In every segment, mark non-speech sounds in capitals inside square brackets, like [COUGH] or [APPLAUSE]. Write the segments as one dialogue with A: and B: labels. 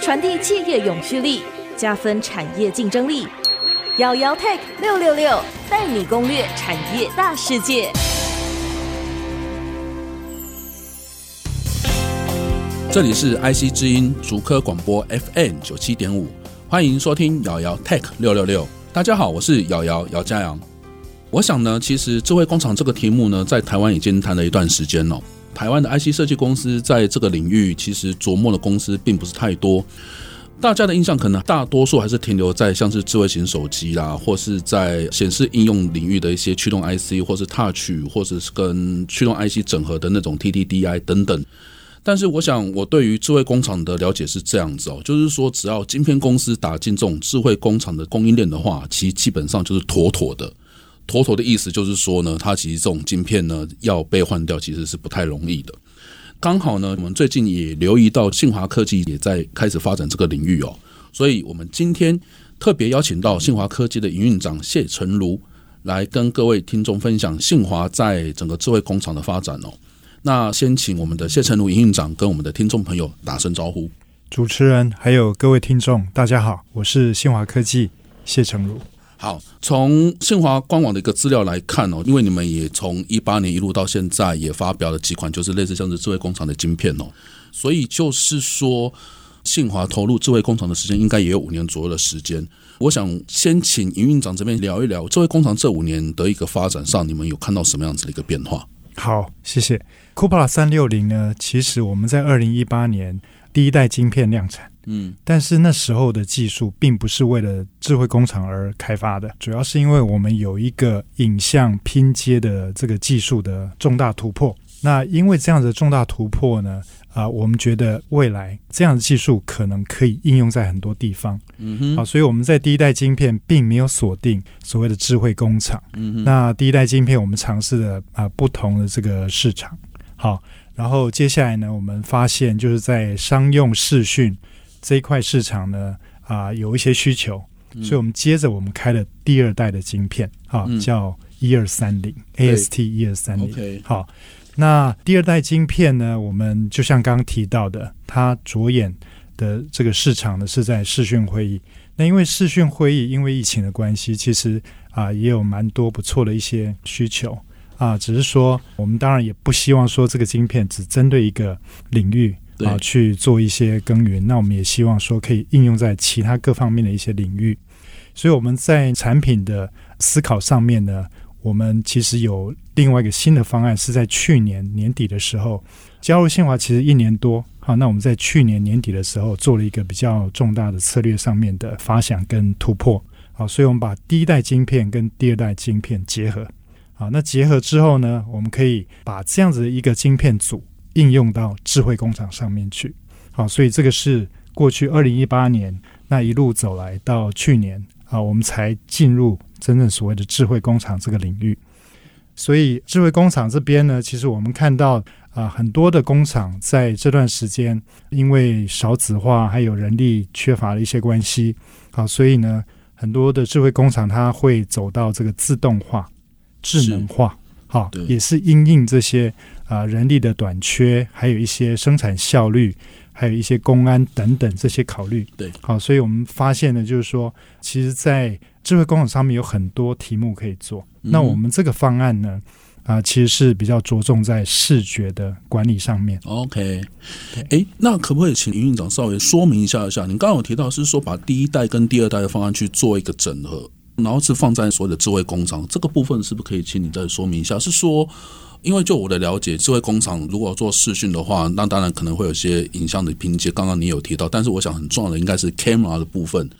A: 传递企业永续力，加分产业竞争力。瑶瑶 Tech 六六六带你攻略产业大世界。
B: 这里是 IC 之音竹科广播 FM 九七点五，欢迎收听瑶瑶 Tech 六六六。大家好，我是瑶瑶姚家阳。我想呢，其实智慧工厂这个题目呢，在台湾已经谈了一段时间了。台湾的 IC 设计公司在这个领域，其实琢磨的公司并不是太多。大家的印象可能大多数还是停留在像是智慧型手机啦，或是在显示应用领域的一些驱动 IC，或是 Touch，或者是跟驱动 IC 整合的那种 TTDI 等等。但是我想，我对于智慧工厂的了解是这样子哦，就是说，只要晶片公司打进这种智慧工厂的供应链的话，其实基本上就是妥妥的。妥妥的意思就是说呢，它其实这种晶片呢要被换掉，其实是不太容易的。刚好呢，我们最近也留意到信华科技也在开始发展这个领域哦，所以我们今天特别邀请到信华科技的营运长谢纯如来跟各位听众分享信华在整个智慧工厂的发展哦。那先请我们的谢成儒营运长跟我们的听众朋友打声招呼。
C: 主持人还有各位听众，大家好，我是新华科技谢成儒。
B: 好，从信华官网的一个资料来看哦，因为你们也从一八年一路到现在，也发表了几款就是类似像是智慧工厂的晶片哦，所以就是说，信华投入智慧工厂的时间应该也有五年左右的时间。我想先请营运长这边聊一聊智慧工厂这五年的一个发展上，你们有看到什么样子的一个变化？
C: 好，谢谢。Cupra 三六零呢，其实我们在二零一八年第一代晶片量产。
B: 嗯
C: 但是那时候的技术并不是为了智慧工厂而开发的，主要是因为我们有一个影像拼接的这个技术的重大突破。那因为这样的重大突破呢，啊、我们觉得未来这样的技术可能可以应用在很多地方
B: 嗯
C: 啊，
B: 哼，
C: 所以我们在第一代晶片并没有锁定所谓的智慧工厂。
B: 嗯哼，
C: 那第一代晶片我们尝试了啊、不同的这个市场，好，然后接下来呢，我们发现就是在商用视讯这一块市场呢啊、有一些需求，
B: 嗯
C: 所以我们接着我们开了第二代的晶片啊，
B: 嗯
C: 叫一二三零
B: 对
C: AST 一二三零，
B: OK，
C: 好。那第二代晶片呢？我们就像刚刚提到的，它着眼的这个市场呢是在视讯会议。那因为视讯会议，因为疫情的关系，其实啊、也有蛮多不错的一些需求啊、只是说我们当然也不希望说这个晶片只针对一个领域
B: 对
C: 啊、去做一些耕耘。那我们也希望说可以应用在其他各方面的一些领域。所以我们在产品的思考上面呢，我们其实有另外一个新的方案，是在去年年底的时候加入新华，其实一年多。好，那我们在去年年底的时候做了一个比较重大的策略上面的发想跟突破。好，所以我们把第一代晶片跟第二代晶片结合。好，那结合之后呢，我们可以把这样子的一个晶片组应用到智慧工厂上面去。好，所以这个是过去二零一八年那一路走来到去年啊，我们才进入真正所谓的智慧工厂这个领域。所以智慧工厂这边呢，其实我们看到啊、很多的工厂在这段时间因为少子化还有人力缺乏的一些关系，啊，所以呢，很多的智慧工厂它会走到这个自动化、智能化，好、
B: 对
C: 也是因应这些啊、人力的短缺，还有一些生产效率，还有一些公安等等这些考虑。
B: 对，
C: 好，所以我们发现呢，就是说，其实，在智慧工厂上面有很多题目可以做。
B: 嗯
C: 那我们这个方案呢，啊、其实是比较着重在视觉的管理上面。
B: OK，哎，那可不可以请营运长稍微说明一下一下？你刚刚有提到是说把第一代跟第二代的方案去做一个整合，然后是放在所谓的智慧工厂这个部分，是不是可以请你再说明一下？是说，因为就我的了解，智慧工厂如果做视讯的话，那当然可能会有些影像的拼接，刚刚你有提到，但是我想很重要的应该是 camera 的部分。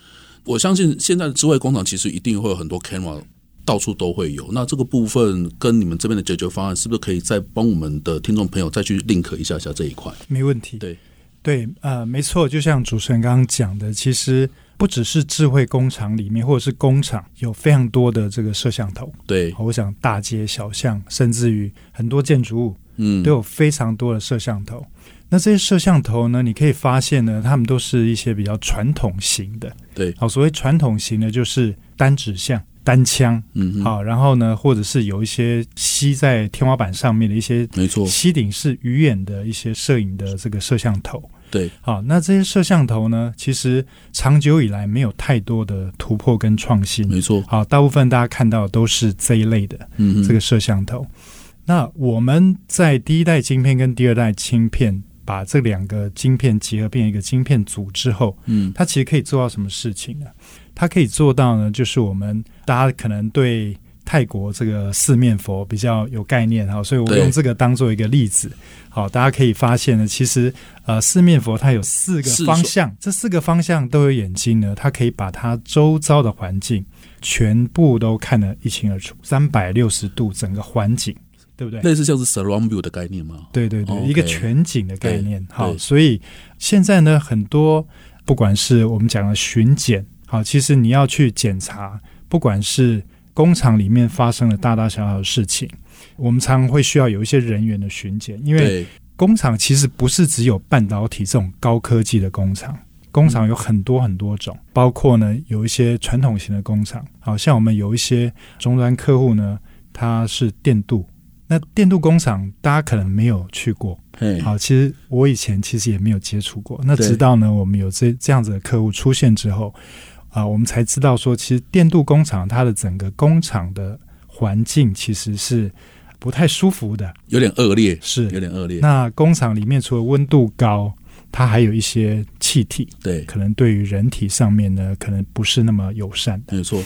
B: 我相信现在的智慧工厂其实一定会有很多 camera。到处都会有，那这个部分跟你们这边的解决方案，是不是可以再帮我们的听众朋友再去 link 一下下这一块？
C: 没问题。
B: 对
C: 对，呃，没错，就像主持人刚刚讲的，其实不只是智慧工厂里面，或者是工厂有非常多的这个摄像头。
B: 对，
C: 好我想大街小巷，甚至于很多建筑物
B: 嗯，
C: 都有非常多的摄像头。那这些摄像头呢，你可以发现呢，它们都是一些比较传统型的。
B: 对
C: 好，所谓传统型的，就是单指向、单枪，
B: 嗯哼，
C: 好，然后呢，或者是有一些吸在天花板上面的一些
B: 没错，
C: 吸顶式鱼眼的一些摄影的这个摄像头。
B: 对，
C: 好，那这些摄像头呢，其实长久以来没有太多的突破跟创新。
B: 没错，
C: 好，大部分大家看到的都是这一类的
B: 嗯哼，
C: 这个摄像头。那我们在第一代晶片跟第二代晶片把这两个晶片结合变一个晶片组之后，
B: 嗯
C: 它其实可以做到什么事情呢？它可以做到呢，就是我们大家可能对泰国这个四面佛比较有概念哈，所以我
B: 对
C: 用这个当做一个例子。好，大家可以发现呢，其实呃四面佛它有四个
B: 四
C: 方向，这四个方向都有眼睛呢，它可以把它周遭的环境全部都看得一清二楚，三百六十度整个环境，对不对？
B: 类似像是 surround view 的概念嘛，
C: 对对对，
B: 哦 OK
C: 一个全景的概念。
B: 对
C: 好，
B: 对
C: 所以现在呢，很多不管是我们讲的巡检，好，其实你要去检查，不管是工厂里面发生了大大小小的事情，我们常会需要有一些人员的巡检，因为
B: 对，
C: 工厂其实不是只有半导体这种高科技的工厂。工厂有很多很多种，包括呢有一些传统型的工厂，好像我们有一些终端客户呢，它是电镀。那电镀工厂大家可能没有去过，
B: 嘿，
C: 好，其实我以前其实也没有接触过。那
B: 嗯对
C: 直到呢，我们有这这样子的客户出现之后，啊、我们才知道说，其实电镀工厂它的整个工厂的环境其实是不太舒服的。
B: 有点恶劣，有
C: 是，
B: 点恶劣，
C: 那工厂里面除了温度高，它还有一些气体，
B: 对，
C: 可能对于人体上面呢，可能不是那么友善。
B: 没有错，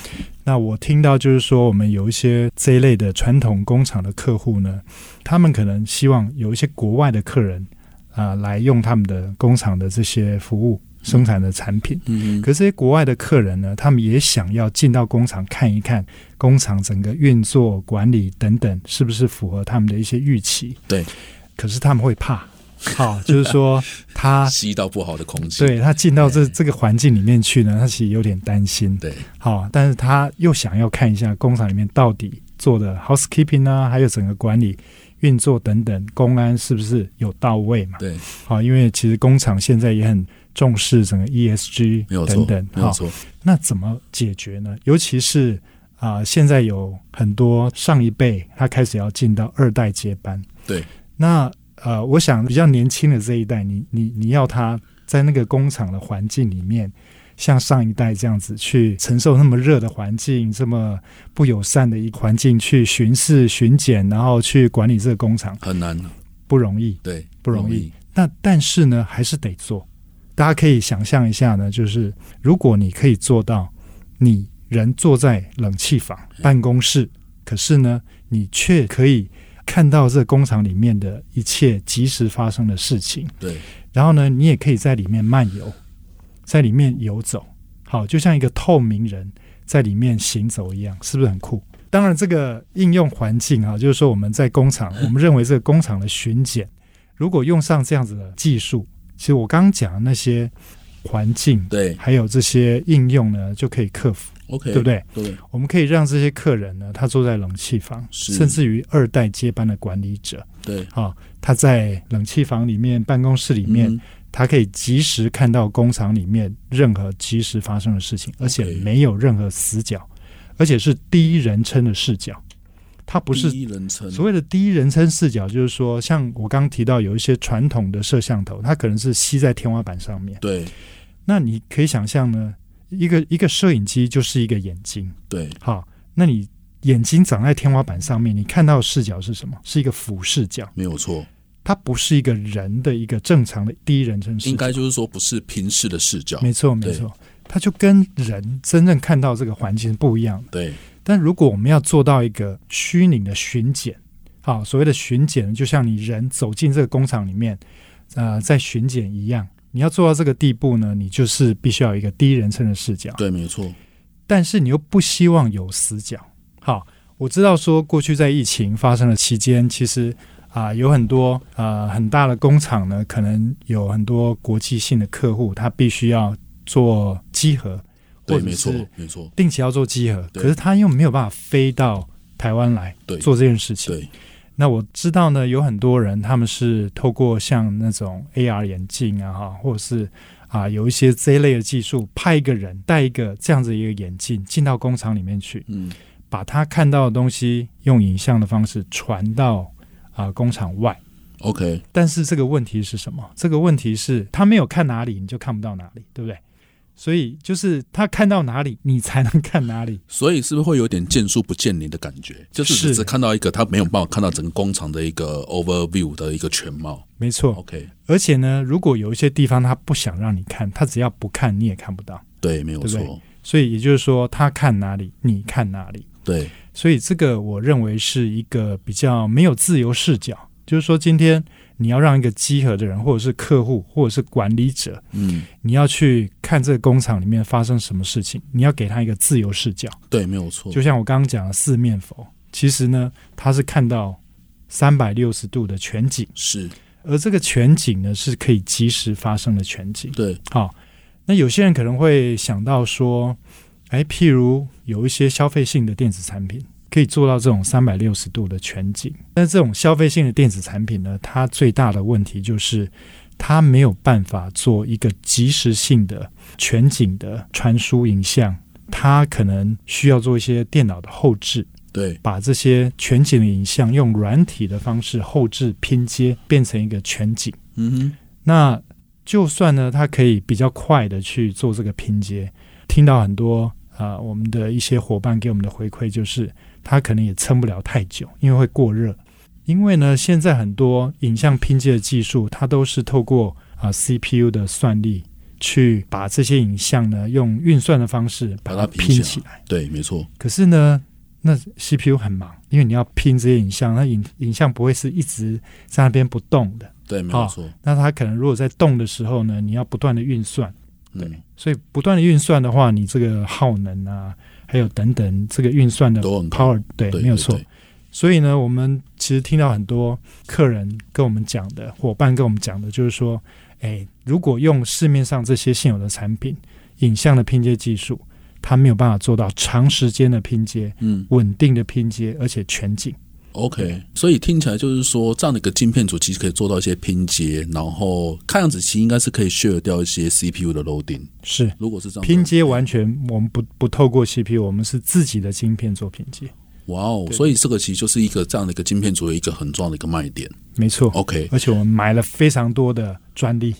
C: 那我听到就是说，我们有一些这一类的传统工厂的客户呢，他们可能希望有一些国外的客人啊、来用他们的工厂的这些服务生产的产品。
B: 嗯哼，
C: 可是这些国外的客人呢，他们也想要进到工厂看一看工厂整个运作、管理等等是不是符合他们的一些预期。
B: 对，
C: 可是他们会怕，好，就是说
B: [LAUGHS]
C: 他
B: 吸到不好的空气，
C: 对他进到这这个环境里面去呢，他其实有点担心。
B: 对，
C: 好，但是他又想要看一下工厂里面到底做的 housekeeping 啊，还有整个管理运作等等，公安是不是有到位嘛？
B: 对，
C: 好，因为其实工厂现在也很重视整个 ESG
B: 没有错
C: 等，等。
B: 没有
C: 好，
B: 错，
C: 那怎么解决呢？尤其是啊、现在有很多上一辈他开始要进到二代接班，
B: 对，
C: 那呃，我想比较年轻的这一代，你你你要他在那个工厂的环境里面，像上一代这样子去承受那么热的环境，这么不友善的一个环境去巡视、巡检，然后去管理这个工厂，
B: 很难，
C: 不容易。
B: 对，
C: 不容易，那但是呢，还是得做。大家可以想象一下呢，就是如果你可以做到，你人坐在冷气房、办公室，可是呢，你却可以看到这工厂里面的一切即时发生的事情，
B: 对，
C: 然后呢，你也可以在里面漫游，在里面游走，好，就像一个透明人在里面行走一样，是不是很酷？当然，这个应用环境啊，就是说我们在工厂，我们认为这个工厂的巡检，如果用上这样子的技术，其实我刚刚讲的那些环境，
B: 对
C: 还有这些应用呢，就可以克服，
B: ，OK，
C: 对不？对？
B: 对，
C: 我们可以让这些客人呢，他坐在冷气房，
B: 是
C: 甚至于二代接班的管理者
B: 对，
C: 啊、他在冷气房里面、办公室里
B: 里
C: 面，他可以及时看到工厂里面任何及时发生的事情，而且没有任何死角，而且是第一人称的视角，它不是
B: 第一人称，
C: 所谓的第一人称视角，就是说，像我刚刚提到有一些传统的摄像头，它可能是吸在天花板上面。
B: 对
C: 那你可以想象呢，一个一个摄影机就是一个眼睛，
B: 对，
C: 好，那你眼睛长在天花板上面，你看到的视角是什么？是一个俯视角，
B: 没有错，
C: 它不是一个人的一个正常的第一人称视
B: 应
C: 角。
B: 该就是说不是平视的视角，
C: 没错，
B: 啊
C: 没
B: 对
C: 错，它就跟人真正看到这个环境是不一样的。
B: 对，
C: 但如果我们要做到一个虚拟的巡检，好，所谓的巡检，就像你人走进这个工厂里面，呃，在巡检一样。你要做到这个地步呢，你就是必须要有一个第一人称的视角，
B: 对，没错，
C: 但是你又不希望有死角。好，我知道说过去在疫情发生的期间，其实啊、有很多呃很大的工厂呢，可能有很多国际性的客户，他必须要做集合，或
B: 对，
C: 者
B: 没错
C: 是，
B: 没错，
C: 定期要做集合，
B: 对
C: 可是他又没有办法飞到台湾来
B: 对
C: 做这件事情。
B: 对，
C: 那我知道呢，有很多人他们是透过像那种 AR 眼镜啊，哈，或者是啊有一些这一类的技术，派一个人戴一个这样子一个眼镜进到工厂里面去，
B: 嗯，
C: 把他看到的东西用影像的方式传到啊、工厂外。
B: OK，
C: 但是这个问题是什么？这个问题是他没有看哪里，你就看不到哪里，对不对？所以就是他看到哪里，你才能看哪里。
B: 所以是不是会有点见树不见林的感觉？就是只
C: 是
B: 是看到一个他没有办法看到整个工厂的一个 overview 的一个全貌。
C: 没错，
B: OK，
C: 而且呢，如果有一些地方他不想让你看，他只要不看你也看不到。
B: 对，没有
C: 对不对
B: 错，
C: 所以也就是说，他看哪里，你看哪里。
B: 对，
C: 所以这个我认为是一个比较没有自由视角，就是说今天你要让一个集合的人，或者是客户，或者是管理者，
B: 嗯，
C: 你要去看这个工厂里面发生什么事情，你要给他一个自由视角。
B: 对，没有错，
C: 就像我刚刚讲的四面佛，其实呢，他是看到三百六十度的全景，
B: 是
C: 而这个全景呢是可以及时发生的全景。
B: 对，
C: 好、那有些人可能会想到说，哎，譬如有一些消费性的电子产品可以做到这种三百六十度的全景，但这种消费性的电子产品呢，它最大的问题就是它没有办法做一个即时性的全景的传输影像。它可能需要做一些电脑的后置，
B: 对，
C: 把这些全景的影像用软体的方式后置拼接，变成一个全景。
B: 嗯哼，
C: 那就算呢，它可以比较快的去做这个拼接，听到很多啊、呃我们的一些伙伴给我们的回馈就是，它可能也撑不了太久，因为会过热。因为呢，现在很多影像拼接的技术，它都是透过啊、CPU 的算力去把这些影像呢，用运算的方式把
B: 把它
C: 它
B: 拼起
C: 拼
B: 来
C: 起来。
B: 对，没错，
C: 可是呢，那 CPU 很忙，因为你要拼这些影像，那影影像不会是一直在那边不动的。
B: 对，没有错，
C: 那它可能如果在动的时候呢，你要不断的运算，
B: 嗯，
C: 所以不断的运算的话，你这个耗能啊，还有等等这个运算的
B: 都很高，
C: power，对，
B: 对，
C: 没有
B: 对
C: 错。，所以呢，我们其实听到很多客人跟我们讲的，伙伴跟我们讲的，就是说，哎，如果用市面上这些现有的产品，影像的拼接技术，它没有办法做到长时间的拼接、
B: 嗯
C: 稳定的拼接，而且全景。
B: ，OK，所以听起来就是说，这样的一个晶片组其实可以做到一些拼接，然后看样子其实应该是可以削掉一些 CPU 的 loading。
C: 是
B: 如果是这样的
C: 拼接完全，我们不不透过 CPU，我们是自己的晶片做拼接。
B: 哇哦，
C: 对
B: 所以这个其实就是一个这样的一个晶片组的一个很重要的一个卖点。
C: 没错
B: OK，
C: 而且我们买了非常多的专利。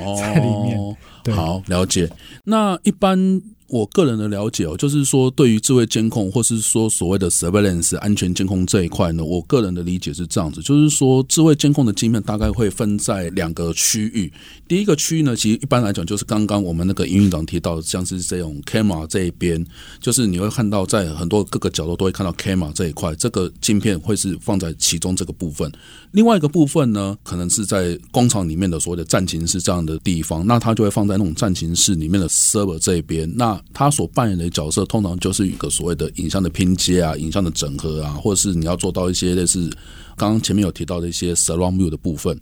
B: 哦，
C: [LAUGHS] 在里面对
B: 好了解。那一般我个人的了解哦，就是说对于智慧监控或是说所谓的 surveillance 安全监控这一块呢，我个人的理解是这样子，就是说智慧监控的晶片大概会分在两个区域。第一个区域呢，其实一般来讲就是刚刚我们那个营运长提到的，像是这种 camera 这一边，就是你会看到在很多各个角度都会看到 camera 这一块，这个晶片会是放在其中这个部分。另外一个部分呢，可能是在工厂里面的所谓的战情室这样的地方，那它就会放在那种战情室里面的 server 这一边。那它所扮演的角色，通常就是一个所谓的影像的拼接啊、影像的整合啊，或者是你要做到一些类似刚刚前面有提到的一些 surround view 的部分。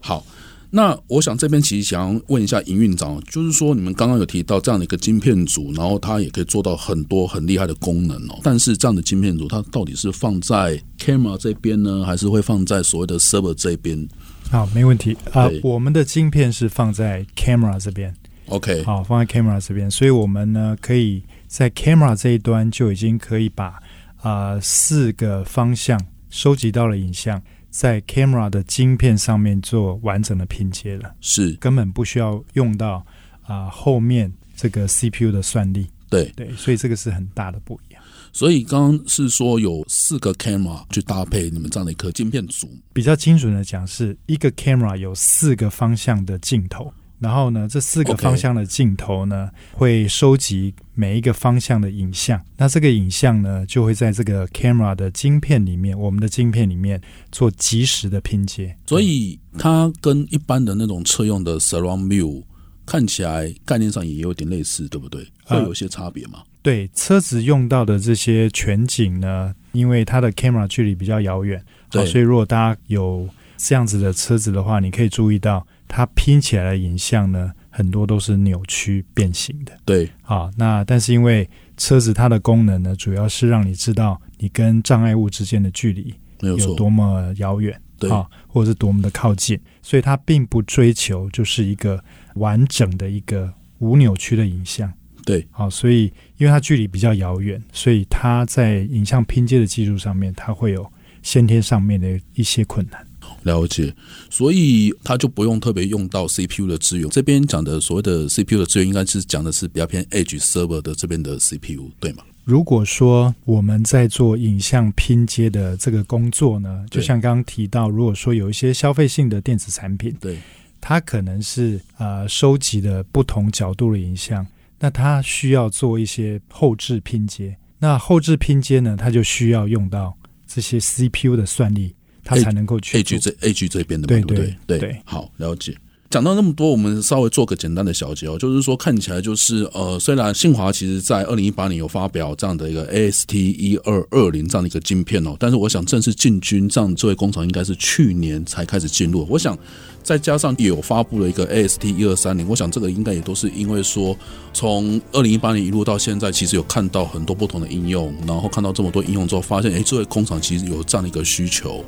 B: 好。那我想这边其实想要问一下营运长，就是说你们刚刚有提到这样的一个晶片组，然后它也可以做到很多很厉害的功能哦。但是这样的晶片组，它到底是放在 camera 这边呢，还是会放在所谓的 server 这边
C: 好，没问题啊、
B: 对
C: 我们的晶片是放在 camera 这边，
B: ？OK，
C: 好，放在 camera 这边，所以我们呢可以在 camera 这一端就已经可以把啊、呃四个方向收集到了影像，在 camera 的晶片上面做完整的拼接了，
B: 是
C: 根本不需要用到啊、呃后面这个 CPU 的算力。
B: 对。
C: 对，所以这个是很大的不一样。
B: 所以刚刚是说有四个 camera 去搭配你们这样的一颗晶片组。
C: 比较精准的讲，是一个 camera 有四个方向的镜头，然后呢，这四个
B: OK
C: 方向的镜头呢会收集每一个方向的影像。那这个影像呢，就会在这个 camera 的晶片里面，我们的晶片里面做及时的拼接。
B: 所以它跟一般的那种车用的 surround view 看起来概念上也有点类似，对不对？会
C: 呃
B: 有一些差别吗？
C: 对车子用到的这些全景呢，因为它的 camera 距离比较遥远，好，
B: 对
C: 所以如果大家有这样子的车子的话，你可以注意到它拼起来的影像呢，很多都是扭曲变形的。
B: 对，
C: 啊，那但是因为车子它的功能呢，主要是让你知道你跟障碍物之间的距离
B: 没有
C: 有
B: 错。
C: 多么遥远
B: 对，
C: 啊，或者是多么的靠近，所以它并不追求就是一个完整的一个无扭曲的影像。
B: 对，
C: 好、所以因为它距离比较遥远，所以它在影像拼接的技术上面，它会有先天上面的一些困难。
B: 了解，所以它就不用特别用到 CPU 的资源。这边讲的所谓的 CPU 的资源，应该是讲的是比较偏 Edge Server 的这边的 CPU，对吗？
C: 如果说我们在做影像拼接的这个工作呢，就
B: 对
C: 像刚刚提到，如果说有一些消费性的电子产品，
B: 对，
C: 它可能是呃收集了不同角度的影像，那它需要做一些后置拼接。那后置拼接呢，它就需要用到这些 CPU 的算力，它才能够去
B: Edge
C: 做。
B: 这 Edge 这边的嘛，对
C: 对
B: 不对？
C: 对对
B: 好，了解。讲到那么多，我们稍微做个简单的小结哦，就是说看起来就是呃，虽然信华其实在二零一八年有发表这样的一个 AST 一二二零这样的一个晶片哦，但是我想正式进军这样这位工厂应该是去年才开始进入，我想再加上也有发布了一个 AST 一二三零，我想这个应该也都是因为说从二零一八年一路到现在，其实有看到很多不同的应用，然后看到这么多应用之后，发现诶，这位工厂其实有这样的一个需求，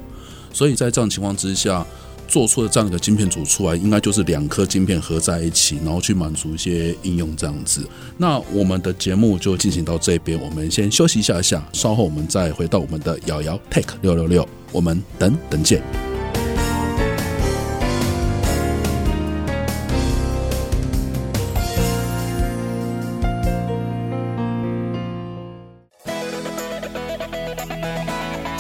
B: 所以在这样的情况之下，做出了这样的一个晶片组出来，应该就是两颗晶片合在一起，然后去满足一些应用这样子。那我们的节目就进行到这边，我们先休息一下下，稍后我们再回到我们的瑶瑶 Take 六六六，我们等等见。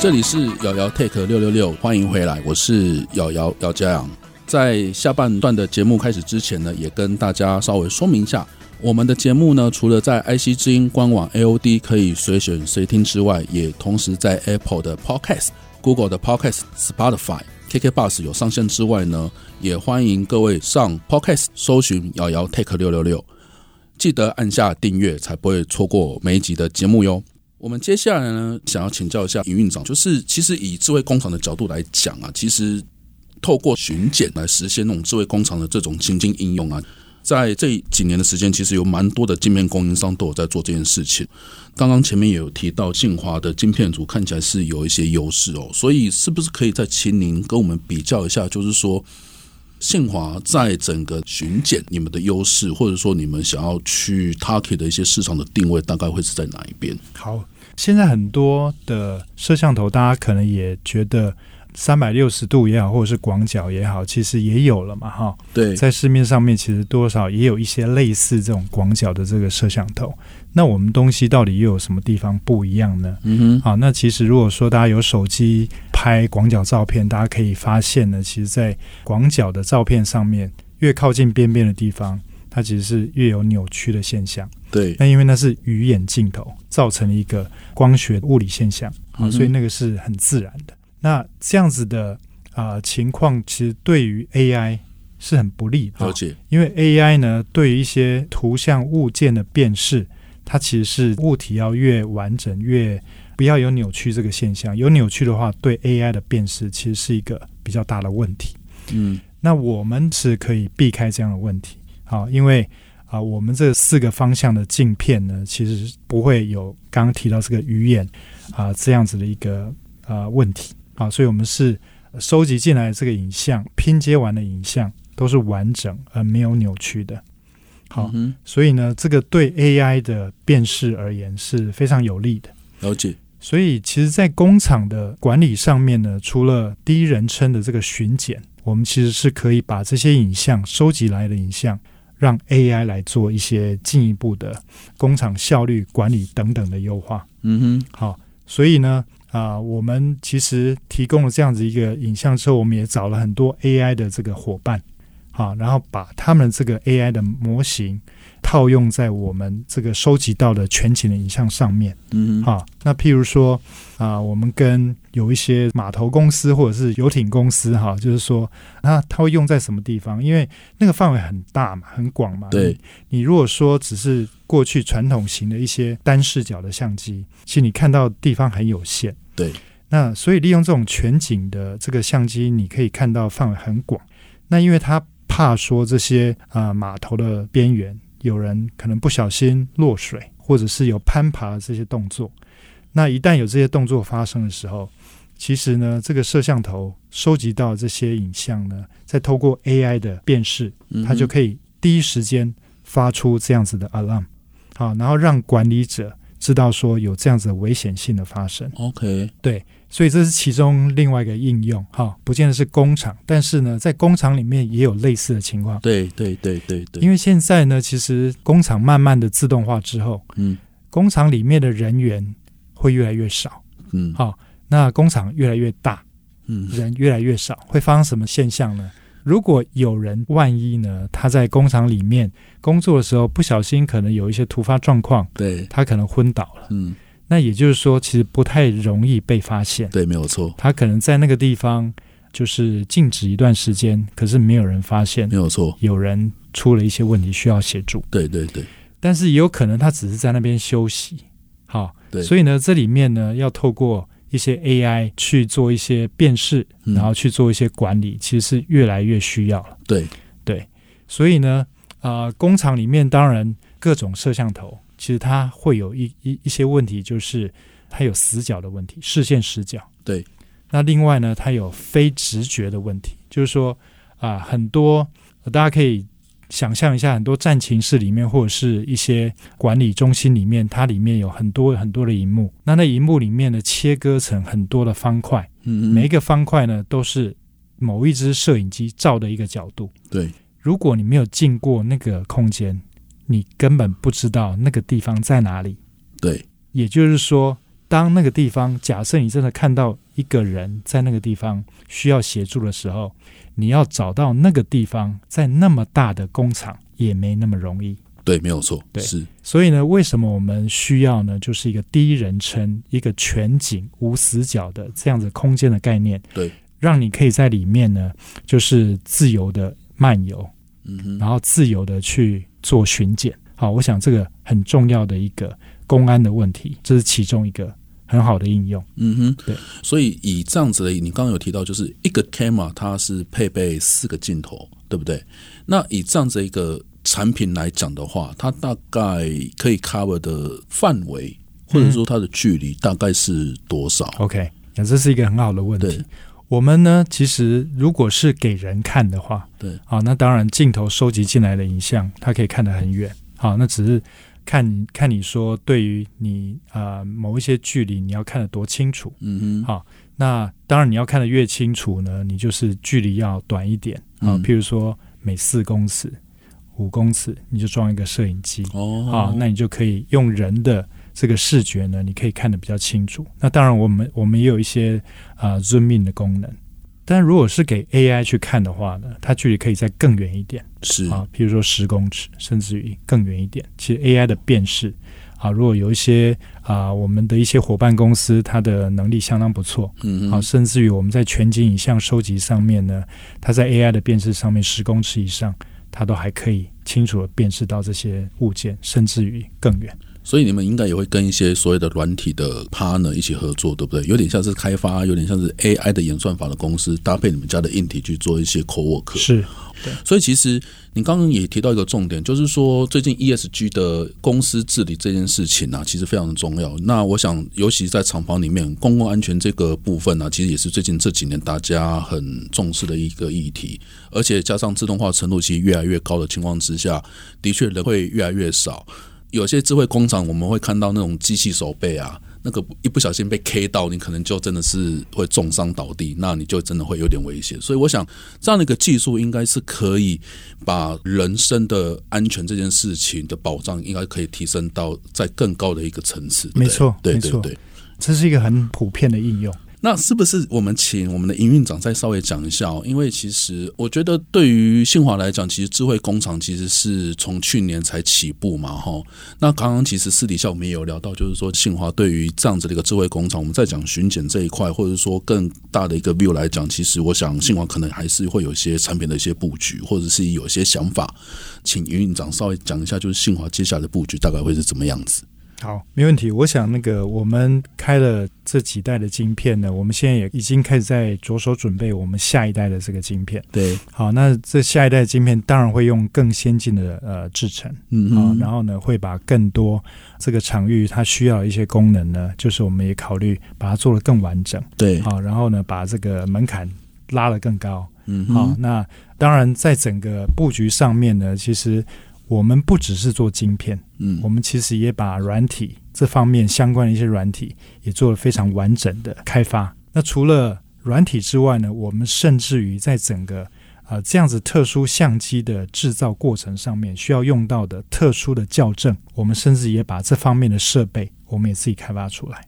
B: 这里是瑶瑶 Take 六六六，欢迎回来，我是瑶瑶姚家阳。在下半段的节目开始之前呢，也跟大家稍微说明一下，我们的节目呢，除了在 IC 之音官网 AOD 可以随选随听之外，也同时在 Apple 的 Podcast、Google 的 Podcast、Spotify、KK Bus 有上线之外呢，也欢迎各位上 Podcast 搜寻瑶瑶 Take 六六六，记得按下订阅，才不会错过每一集的节目哟。我们接下来呢，想要请教一下营运长，就是其实以智慧工厂的角度来讲啊，其实透过巡检来实现那种智慧工厂的这种情境应用啊，在这几年的时间，其实有蛮多的晶片供应商都有在做这件事情。刚刚前面也有提到，信华的晶片组看起来是有一些优势哦，所以是不是可以再请您跟我们比较一下，就是说信华在整个巡检你们的优势，或者说你们想要去 target 的一些市场的定位，大概会是在哪一边？
C: 好，现在很多的摄像头，大家可能也觉得三百六十度也好，或者是广角也好，其实也有了嘛，哈。
B: 对，
C: 在市面上面其实多少也有一些类似这种广角的这个摄像头。那我们东西到底又有什么地方不一样呢？
B: 嗯哼，
C: 好，那其实如果说大家有手机拍广角照片，大家可以发现呢，其实，在广角的照片上面，越靠近边边的地方，它其实是越有扭曲的现象。
B: 对，嗯
C: 那因为那是鱼眼镜头造成了一个光学物理现象，
B: 嗯
C: 啊，所以那个是很自然的。那这样子的啊、呃情况，其实对于 AI 是很不利的啊
B: 了，解，
C: 因为 AI 呢，对于一些图像物件的辨识，它其实是物体要越完整越。不要有扭曲这个现象，有扭曲的话，对 AI 的辨识其实是一个比较大的问题。
B: 嗯，
C: 那我们是可以避开这样的问题，好，因为啊、我们这四个方向的镜片呢，其实是不会有刚刚提到这个鱼眼啊、这样子的一个呃问题啊，所以我们是收集进来的这个影像拼接完的影像都是完整而没有扭曲的，好，
B: 嗯
C: 所以呢，这个对 AI 的辨识而言是非常有利的。
B: 哼，了解，
C: 所以，其实，在工厂的管理上面呢，除了第一人称的这个巡检，我们其实是可以把这些影像收集来的影像，让 AI 来做一些进一步的工厂效率管理等等的优化。
B: 嗯哼，
C: 好，所以呢，啊、我们其实提供了这样子一个影像之后，我们也找了很多 AI 的这个伙伴，好，然后把他们这个 AI 的模型套用在我们这个收集到的全景的影像上面。
B: 嗯哼，
C: 好，那譬如说啊、我们跟有一些码头公司或者是游艇公司哈，就是说，那它会用在什么地方？因为那个范围很大嘛，很广嘛。
B: 对，
C: 你，你如果说只是过去传统型的一些单视角的相机，其实你看到的地方很有限。
B: 对，
C: 那所以利用这种全景的这个相机，你可以看到范围很广。那因为它怕说这些啊、呃码头的边缘有人可能不小心落水，或者是有攀爬的这些动作。那一旦有这些动作发生的时候，其实呢，这个摄像头收集到这些影像呢，再透过 AI 的辨识，
B: 嗯哼
C: 它就可以第一时间发出这样子的 alarm，好，然后让管理者知道说有这样子的危险性的发生。
B: OK，
C: 对，所以这是其中另外一个应用哈，不见得是工厂，但是呢，在工厂里面也有类似的情况。
B: 对对对对对，
C: 因为现在呢，其实工厂慢慢的自动化之后，
B: 嗯
C: 工厂里面的人员会越来越少，
B: 嗯
C: 好，那工厂越来越大，
B: 嗯
C: 人越来越少，会发生什么现象呢？如果有人万一呢，他在工厂里面工作的时候不小心可能有一些突发状况，
B: 对，
C: 他可能昏倒了，
B: 嗯
C: 那也就是说，其实不太容易被发现。
B: 对，没有错，
C: 他可能在那个地方就是静止一段时间，可是没有人发现
B: 没有错，
C: 有人出了一些问题需要协助，
B: 对对对
C: 但是也有可能他只是在那边休息。好，
B: 对，
C: 所以呢，这里面呢要透过一些 AI 去做一些辨识，
B: 以
C: 然后去做一些管理，其实是越来越需要了。
B: 对
C: 对，所以呢，啊、工厂里面当然各种摄像头，其实它会有一一一些问题，就是它有死角的问题，视线死角。
B: 对，
C: 那另外呢，它有非直觉的问题，就是说啊、很多呃大家可以想象一下，很多战情室里面或者是一些管理中心里面，它里面有很多很多的荧幕，那那荧幕里面呢切割成很多的方块，
B: 嗯
C: 每一个方块呢都是某一只摄影机照的一个角度。
B: 对
C: 如果你没有进过那个空间，你根本不知道那个地方在哪里。
B: 对
C: 也就是说，当那个地方，假设你真的看到一个人在那个地方需要协助的时候，你要找到那个地方，在那么大的工厂也没那么容易。
B: 对，没有错，
C: 对
B: 是
C: 所以呢，为什么我们需要呢？就是一个第一人称、一个全景、无死角的这样子空间的概念，
B: 对，
C: 让你可以在里面呢，就是自由的漫游，
B: 嗯
C: 然
B: 哼，
C: 后自由的去做巡检。好，我想这个很重要的一个公安的问题，这是其中一个很好的应用。
B: 嗯哼，
C: 对，
B: 所以以这样子的，你刚刚有提到，就是一个 camera 它是配备四个镜头，对不对？那以这样子一个产品来讲的话，它大概可以 cover 的范围，或者说它的距离大概是多少？
C: OK，那这是一个很好的问
B: 对
C: 题。我们呢，其实如果是给人看的话，
B: 对，
C: 好，那当然镜头收集进来的影像，它可以看得很远。好，那只是看看你说对于你呃某一些距离，你要看得多清楚。
B: 嗯哼，
C: 好那当然你要看得越清楚呢，你就是距离要短一点啊、
B: 嗯
C: 譬如说每四公尺、五公尺，你就装一个摄影机。
B: 哦，
C: 啊，那你就可以用人的这个视觉呢，你可以看得比较清楚。那当然，我们我们也有一些啊、呃 zoom in 的功能，但如果是给 AI 去看的话呢，它距离可以再更远一点
B: 是
C: 啊，譬如说十公尺，甚至于更远一点。其实 AI 的辨识啊，如果有一些啊，我们的一些伙伴公司，它的能力相当不错。
B: 嗯
C: 啊，
B: 哼，
C: 甚至于我们在全景影像收集上面呢，它在 AI 的辨识上面十公尺以上，它都还可以清楚的辨识到这些物件，甚至于更远。
B: 所以你们应该也会跟一些所谓的软体的 partner 一起合作，对不对？有点像是开发，有点像是 AI 的演算法的公司搭配你们家的硬体去做一些 co work。
C: 是
B: 所以其实你刚刚也提到一个重点，就是说最近 ESG 的公司治理这件事情啊，其实非常的重要。那我想，尤其在厂房里面，公共安全这个部分呢、啊，其实也是最近这几年大家很重视的一个议题。而且加上自动化程度其实越来越高的情况之下，的确人会越来越少。有些智慧工厂，我们会看到那种机器手背啊，那个一不小心被 K 到，你可能就真的是会重伤倒地，那你就真的会有点危险。所以我想，这样的一个技术应该是可以把人身的安全这件事情的保障，应该可以提升到在更高的一个层次。对不对
C: 没错
B: 对
C: 没
B: 对
C: 错
B: 对。
C: 这是一个很普遍的应用。
B: 那是不是我们请我们的营运长再稍微讲一下、哦？因为其实我觉得对于信华来讲，其实智慧工厂其实是从去年才起步嘛，哈。那刚刚其实私底下我们也有聊到，就是说信华对于这样子的一个智慧工厂，我们在讲巡检这一块，或者说更大的一个 view 来讲，其实我想信华可能还是会有一些产品的一些布局，或者是有一些想法，请营运长稍微讲一下，就是信华接下来的布局大概会是怎么样子？
C: 好，没问题。我想那个我们开了这几代的晶片呢，我们现在也已经开始在着手准备我们下一代的这个晶片。
B: 对，
C: 好，那这下一代晶片当然会用更先进的呃制程。
B: 嗯
C: 啊、
B: 哼，
C: 然后呢，会把更多这个场域它需要的一些功能呢，就是我们也考虑把它做得更完整，
B: 对，
C: 好、然后呢，把这个门槛拉得更高，
B: 嗯
C: 好、
B: 哼，
C: 那当然在整个布局上面呢，其实我们不只是做晶片，
B: 嗯
C: 我，们其实也把软体这方面相关的一些软体也做了非常完整的开发。那除了软体之外呢，我们甚至于在整个啊、呃这样子特殊相机的制造过程上面需要用到的特殊的校正，我们甚至也把这方面的设备我们也自己开发出来。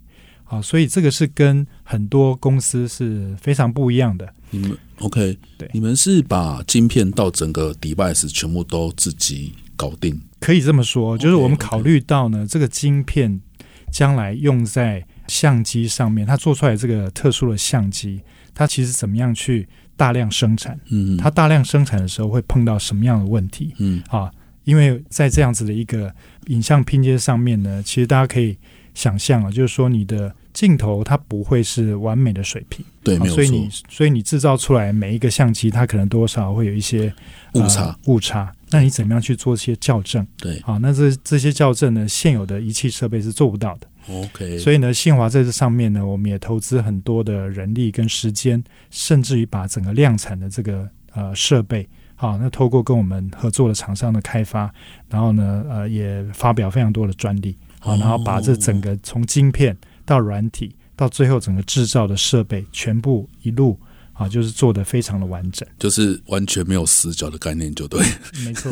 C: 好，啊所以这个是跟很多公司是非常不一样的。
B: 你们 OK？
C: 对
B: 你们是把晶片到整个 device 全部都自己搞定。
C: 可以这么说，就是
B: OK，
C: 我们
B: OK
C: 考虑到呢，这个晶片将来用在相机上面，它做出来这个特殊的相机，它其实怎么样去大量生产？
B: 嗯，
C: 它大量生产的时候会碰到什么样的问题
B: 嗯
C: 啊？因为在这样子的一个影像拼接上面呢，其实大家可以想象啊，就是说你的镜头它不会是完美的水平，
B: 对，
C: 啊
B: 没有
C: 所以你
B: 错，
C: 所以你制造出来每一个相机，它可能多少会有一些
B: 误差
C: 呃误差。那你怎么样去做一些校正？
B: 对
C: 好，那这这些校正呢，现有的仪器设备是做不到的。
B: OK。
C: 所以呢，信华在这上面呢，我们也投资很多的人力跟时间，甚至于把整个量产的这个呃设备，好，那透过跟我们合作的厂商的开发，然后呢，呃，也发表非常多的专利，好，
B: 哦
C: 然后把这整个从晶片到软体到最后整个制造的设备，全部一路啊，就是做得非常的完整。
B: 就是完全没有死角的概念，就对。
C: 没错，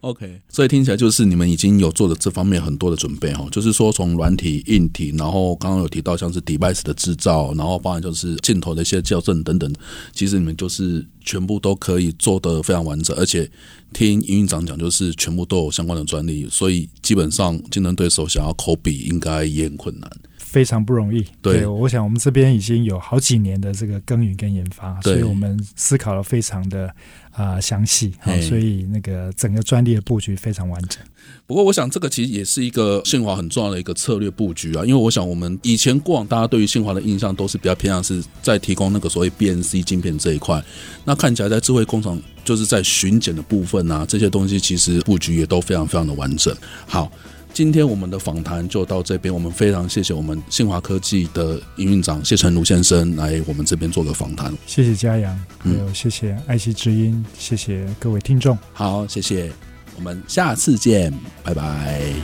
B: OK，所以听起来就是你们已经有做了这方面很多的准备哦，就是说从软体、硬体，然后刚刚有提到像是 device 的制造，然后包含就是镜头的一些校正等等，其实你们就是全部都可以做得非常完整，而且听营运长讲，就是全部都有相关的专利，所以基本上竞争对手想要抠比应该也很困难。
C: 非常不容易。
B: 对
C: 我想我们这边已经有好几年的这个耕耘跟研发，
B: 对
C: 所以我们思考了非常的啊、详细啊
B: 嘿，
C: 所以那个整个专利的布局非常完整。
B: 不过，我想这个其实也是一个信华很重要的一个策略布局啊，因为我想我们以前过往大家对于信华的印象都是比较偏向是在提供那个所谓 BNC 晶片这一块，那看起来在智慧工厂就是在巡检的部分啊，这些东西其实布局也都非常非常的完整。好。今天我们的访谈就到这边，我们非常谢谢我们信华科技的营运长谢成儒先生来我们这边做个访谈。
C: 谢谢嘉阳，还
B: 嗯
C: 有谢谢爱惜之音，谢谢各位听众。
B: 好，谢谢，我们下次见，拜拜。